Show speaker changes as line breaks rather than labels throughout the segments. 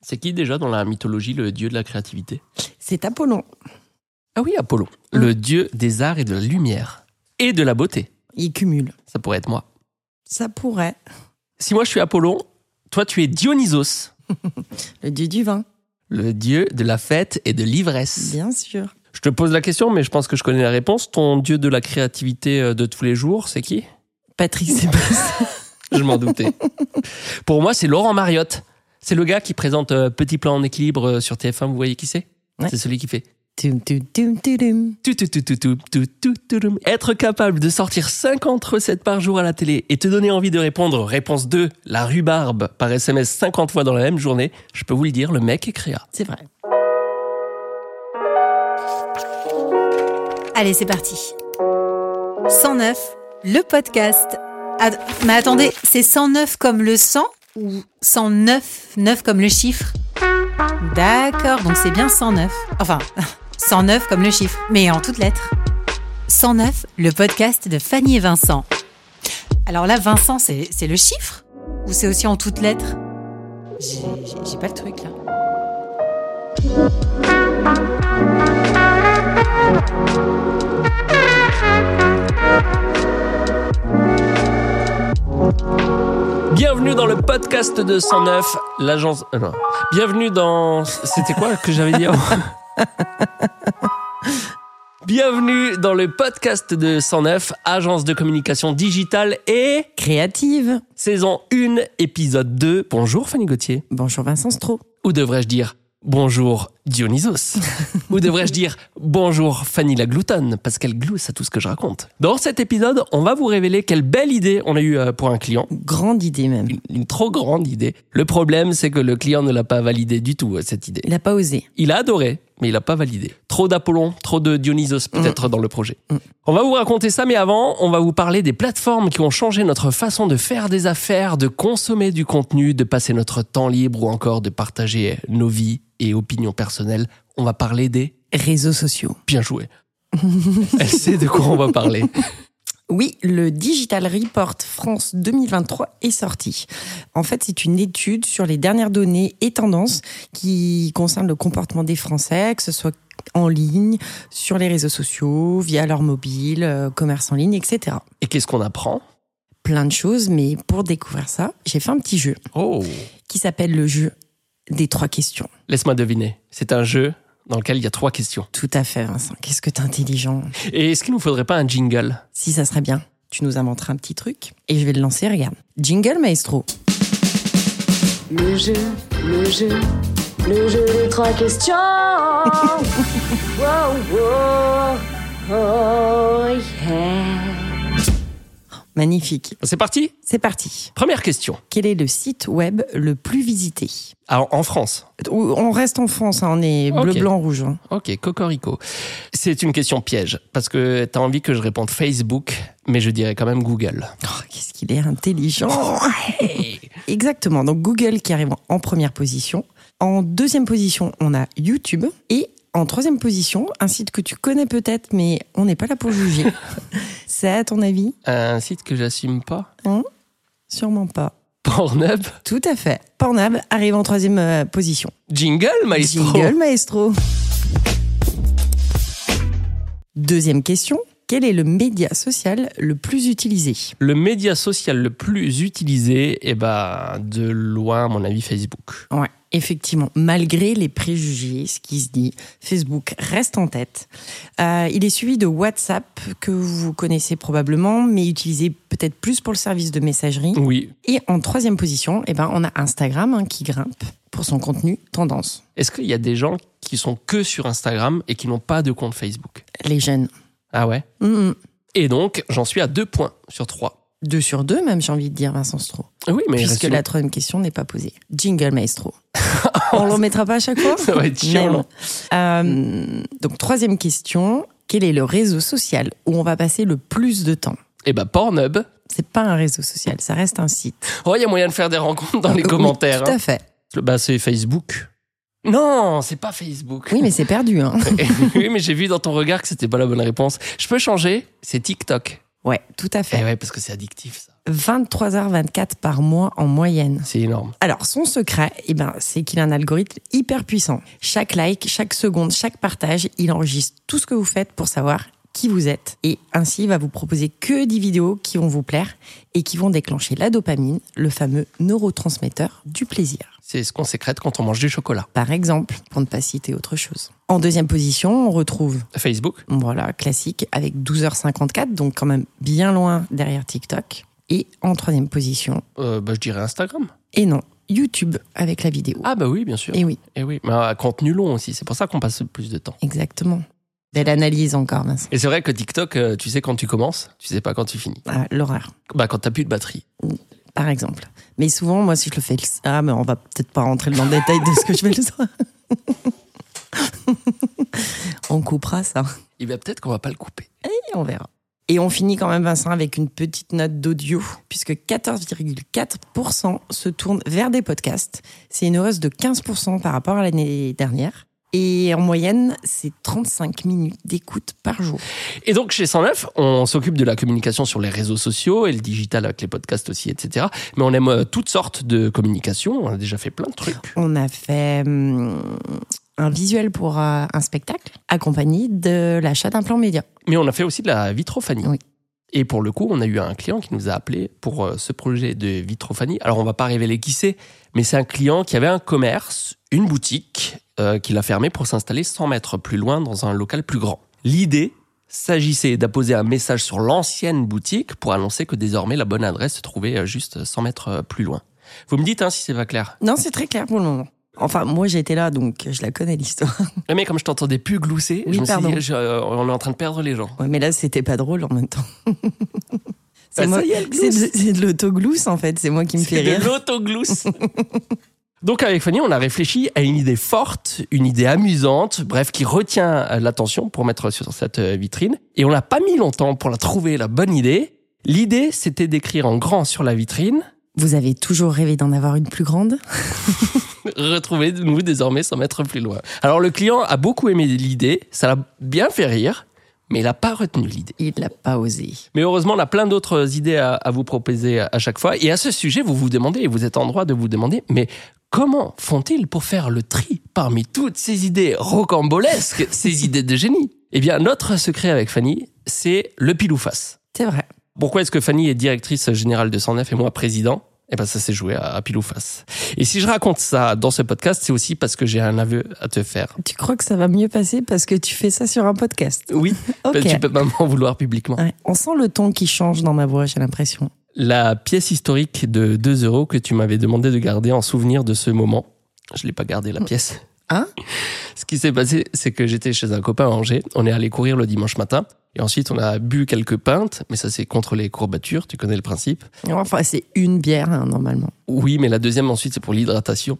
C'est qui déjà dans la mythologie le dieu de la créativité
C'est Apollon.
Ah oui, Apollo,
Mm.
le dieu des arts et de la lumière et de la beauté.
Il cumule.
Ça pourrait être moi.
Ça pourrait.
Si moi je suis Apollon, toi tu es Dionysos,
Le dieu du vin,
le dieu de la fête et de l'ivresse.
bien sûr.
Je te pose la question, mais je pense que je connais la réponse. Ton dieu de la créativité euh, de tous les jours, c'est qui
Patrick Sébastien.
Je m'en doutais. Pour moi, c'est Laurent Mariotte. C'est le gars qui présente euh, Petit plan en équilibre euh, sur TF1. Vous voyez qui c'est
Ouais.
C'est celui qui fait.
Tum, tum, tum, tum, tum.
Tout, tout, tout, tout, tout, tout, tout, tout, tout. Être capable de sortir 50 recettes par jour à la télé et te donner envie de répondre réponse 2, la rhubarbe, par SMS 50 fois dans la même journée, je peux vous le dire, le mec est créa.
C'est vrai.
Allez, c'est parti. 109, le podcast. Ad- Mais attendez, c'est 109 comme le 100 ou 109, 9 comme le chiffre D'accord, donc c'est bien 109. Enfin, 109 comme le chiffre, mais en toutes lettres. 109, le podcast de Fanny et Vincent. Alors là, Vincent, c'est c'est le chiffre Ou c'est aussi en toutes lettres J'ai j'ai- j'ai pas le truc là.
Bienvenue dans le podcast de 109, l'agence... euh, non. Bienvenue dans... C'était quoi que j'avais dit avant Bienvenue dans le podcast de 109, agence de communication digitale et
Créative.
saison 1, épisode 2. Bonjour Fanny Gauthier.
Bonjour Vincent Stroh.
Ou devrais-je dire bonjour Dionysos Ou devrais-je dire bonjour Fanny la gloutonne Parce qu'elle glousse à tout ce que je raconte. Dans cet épisode, on va vous révéler quelle belle idée on a eue euh, pour un client.
Grande idée même.
Une, une trop grande idée. Le problème, c'est que le client ne l'a pas validée du tout, euh, cette idée.
Il n'a pas osé.
Il a adoré, mais il n'a pas validé. Trop d'Apollon, trop de Dionysos peut-être dans le projet. On va vous raconter ça, mais avant, on va vous parler des plateformes qui ont changé notre façon de faire des affaires, de consommer du contenu, de passer notre temps libre ou encore de partager nos vies et opinions personnelles. On va parler des...
Réseaux sociaux.
Bien joué. Elle sait de quoi on va parler.
Oui, le Digital Report France 2023 est sorti. En fait, c'est une étude sur les dernières données et tendances qui concernent le comportement des Français, que ce soit en ligne, sur les réseaux sociaux, via leur mobile, euh, commerce en ligne, etc.
Et qu'est-ce qu'on apprend
Plein de choses, mais pour découvrir ça, j'ai fait un petit jeu
Oh
qui s'appelle le jeu des trois questions.
Laisse-moi deviner. C'est un jeu dans lequel il y a trois questions.
Tout à fait, Vincent. Qu'est-ce que t'es intelligent.
Et est-ce qu'il nous faudrait pas un jingle
Si ça serait bien, tu nous inventeras un petit truc et je vais le lancer, regarde. Jingle maestro.
Le jeu, le jeu, le jeu des trois questions. wow, wow, oh yeah.
Magnifique.
C'est parti
C'est parti.
Première question.
Quel est le site web le plus visité
Alors, en France.
Ou- On reste en France, hein, on est bleu,
Ok.
blanc, rouge. hein.
Ok, Cocorico. C'est une question piège, parce que t'as envie que je réponde Facebook, mais je dirais quand même Google.
Oh, Qu'est-ce qu'il est intelligent Exactement, donc Google qui arrive en première position. En deuxième position, on a YouTube. Et en troisième position, un site que tu connais peut-être, mais on n'est pas là pour juger. C'est à ton avis
Un site que j'assume pas
Sûrement pas.
Pornhub
Tout à fait. Pornhub arrive en troisième euh, position.
Jingle, maestro
Jingle, maestro. Deuxième question. Quel est le média social le plus utilisé
Le média social le plus utilisé, eh ben, de loin, à mon avis, Facebook.
Ouais, effectivement, malgré les préjugés, ce qui se dit, Facebook reste en tête. Euh, il est suivi de WhatsApp, que vous connaissez probablement, mais utilisé peut-être plus pour le service de messagerie.
Oui.
Et en troisième position, eh ben, on a Instagram hein, qui grimpe pour son contenu tendance.
Est-ce qu'il y a des gens qui sont que sur Instagram et qui n'ont pas de compte Facebook
Les jeunes.
Ah ouais
Hum, hum.
Et donc, j'en suis à deux points sur trois.
Deux sur deux, même, j'ai envie de dire, Vincent Stroh.
Oui, mais
puisque
reste-
la troisième question n'est pas posée. Jingle maestro. on le mettra pas à chaque fois
Ça va être chiant,
Merde.
non
Euh, donc, troisième question. Quel est le réseau social où on va passer le plus de temps
eh ben, Pornhub.
C'est pas un réseau social, ça reste un site.
Oh, il y a moyen de faire des rencontres dans les
Oui,
commentaires.
Tout
hein.
à fait.
Bah, c'est Facebook. Non, c'est pas Facebook.
Oui, mais c'est perdu. Hein.
Oui, mais j'ai vu dans ton regard que c'était pas la bonne réponse. Je peux changer, c'est TikTok.
Ouais, tout à fait.
Eh ouais, parce que c'est addictif ça.
23h24 par mois en moyenne.
C'est énorme.
Alors, son secret, eh ben, c'est qu'il a un algorithme hyper puissant. Chaque like, chaque seconde, chaque partage, il enregistre tout ce que vous faites pour savoir qui vous êtes. Et ainsi, il va vous proposer que des vidéos qui vont vous plaire et qui vont déclencher la dopamine, le fameux neurotransmetteur du plaisir.
C'est ce qu'on sécrète quand on mange du chocolat.
Par exemple, pour ne pas citer autre chose. En deuxième position, on retrouve,
Facebook,
voilà, classique, avec 12h54, donc quand même bien loin derrière TikTok. Et en troisième position,
euh, bah, je dirais Instagram.
et non, YouTube avec la vidéo.
Ah bah oui, bien sûr.
et oui,
Et oui, mais à contenu long aussi. C'est pour ça qu'on passe le plus de temps.
exactement. Belle analyse encore, Vincent.
Et c'est vrai que TikTok, euh, tu sais quand tu commences, tu sais pas quand tu finis.
Ah, L'horreur.
Bah quand t'as plus de batterie.
par exemple. Mais souvent, moi, si je le fais, ah, mais on va peut-être pas rentrer dans le détail de ce que je fais le soir. on coupera ça.
Il va Eh peut-être qu'on va pas le couper.
Et on verra. Et on finit quand même, Vincent, avec une petite note d'audio, puisque 14,4% se tournent vers des podcasts. C'est une hausse de 15% par rapport à l'année dernière. Et en moyenne, c'est 35 minutes d'écoute par jour.
Et donc chez 109, on s'occupe de la communication sur les réseaux sociaux et le digital avec les podcasts aussi, etc. Mais on aime euh, toutes sortes de communications. On a déjà fait plein de trucs.
On a fait hum, un visuel pour euh, un spectacle, accompagné de l'achat d'un plan média.
Mais on a fait aussi de la vitrophanie.
Oui.
Et pour le coup, on a eu un client qui nous a appelé pour euh, ce projet de vitrophanie. Alors on va pas révéler qui c'est, mais c'est un client qui avait un commerce, une boutique, euh, qu'il a fermé pour s'installer 100 mètres plus loin dans un local plus grand. L'idée s'agissait d'apposer un message sur l'ancienne boutique pour annoncer que désormais la bonne adresse se trouvait euh, juste 100 mètres euh, plus loin. Vous me dites hein, si c'est pas clair.
Non, c'est très clair pour le moment. Enfin, moi j'étais là, donc je la connais l'histoire.
Ouais, Mais comme je t'entendais plus glousser,
Oui,
je me suis
pardon.
dit, je- euh, on est en train de perdre les gens.
Ouais, mais là, c'était pas drôle en même temps.
Bah, ça
moi-
y est, elle glousse.
c'est de, c'est de l'autoglousse en fait, c'est moi qui me fais
C'est de
rire.
l'autoglousse. Donc avec Fanny, on a réfléchi à une idée forte, une idée amusante, bref, qui retient euh, l'attention pour mettre sur cette euh, vitrine. Et on n'a pas mis longtemps pour la trouver, la bonne idée. L'idée, c'était d'écrire en grand sur la vitrine,
Vous avez toujours rêvé d'en avoir une plus grande
retrouvez-nous désormais 100 mètres plus loin. Alors le client a beaucoup aimé l'idée, ça l'a bien fait rire, mais il n'a pas retenu l'idée.
Il l'a pas osé.
Mais heureusement, on a plein d'autres idées à, à vous proposer à, à chaque fois. Et à ce sujet, vous vous demandez, et vous êtes en droit de vous demander, mais comment font-ils pour faire le tri parmi toutes ces idées rocambolesques, ces idées de génie Eh bien, notre secret avec Fanny, c'est le pile ou face.
C'est vrai.
Pourquoi est-ce que Fanny est directrice générale de 109 et moi président Eh ben ça s'est joué à, à pile ou face. Et si je raconte ça dans ce podcast, c'est aussi parce que j'ai un aveu à te faire.
Tu crois que ça va mieux passer parce que tu fais ça sur un podcast
Oui,
Ok.
tu peux pas m'en vouloir publiquement.
Ouais, On sent le ton qui change dans ma voix, j'ai l'impression.
la pièce historique de 2 euros que tu m'avais demandé de garder en souvenir de ce moment. Je l'ai pas gardé la pièce.
Hein
Ce qui s'est passé, c'est que j'étais chez un copain à Angers. On est allé courir le dimanche matin. Et ensuite, on a bu quelques pintes, mais ça c'est contre les courbatures, tu connais le principe.
Enfin, c'est une bière hein, normalement.
Oui, mais la deuxième ensuite, c'est pour l'hydratation.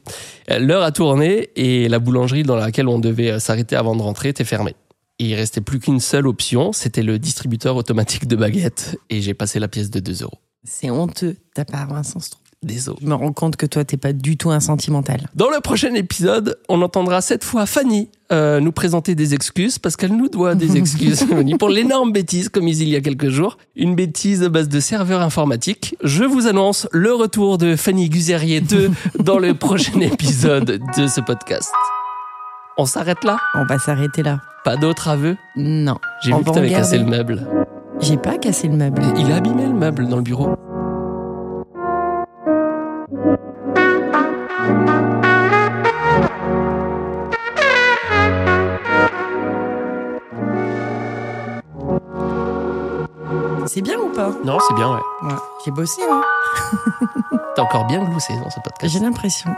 Euh, L'heure a tourné et la boulangerie dans laquelle on devait euh, s'arrêter avant de rentrer était fermée. Et il restait plus qu'une seule option, c'était le distributeur automatique de baguettes. Et j'ai passé la pièce de 2 euros.
C'est honteux, ta part, Vincent. Stroh.
Désolé.
Je me rends compte que toi, t'es pas du tout un sentimental.
Dans le prochain épisode, on entendra cette fois Fanny euh, nous présenter des excuses parce qu'elle nous doit des excuses Fanny, pour l'énorme bêtise commise il y a quelques jours, une bêtise à base de serveurs informatiques. Je vous annonce le retour de Fanny Guzerier 2 dans le prochain épisode de ce podcast. On s'arrête là
On va s'arrêter là.
Pas d'autres aveux
Non.
J'ai
On
vu que
va
t'avais
regarder.
cassé le meuble.
J'ai pas cassé le meuble.
Il a abîmé le meuble dans le bureau.
C'est bien ou pas
Non, c'est bien, ouais.
J'ai bossé, hein
T'as encore bien gloussé dans ce podcast.
J'ai l'impression.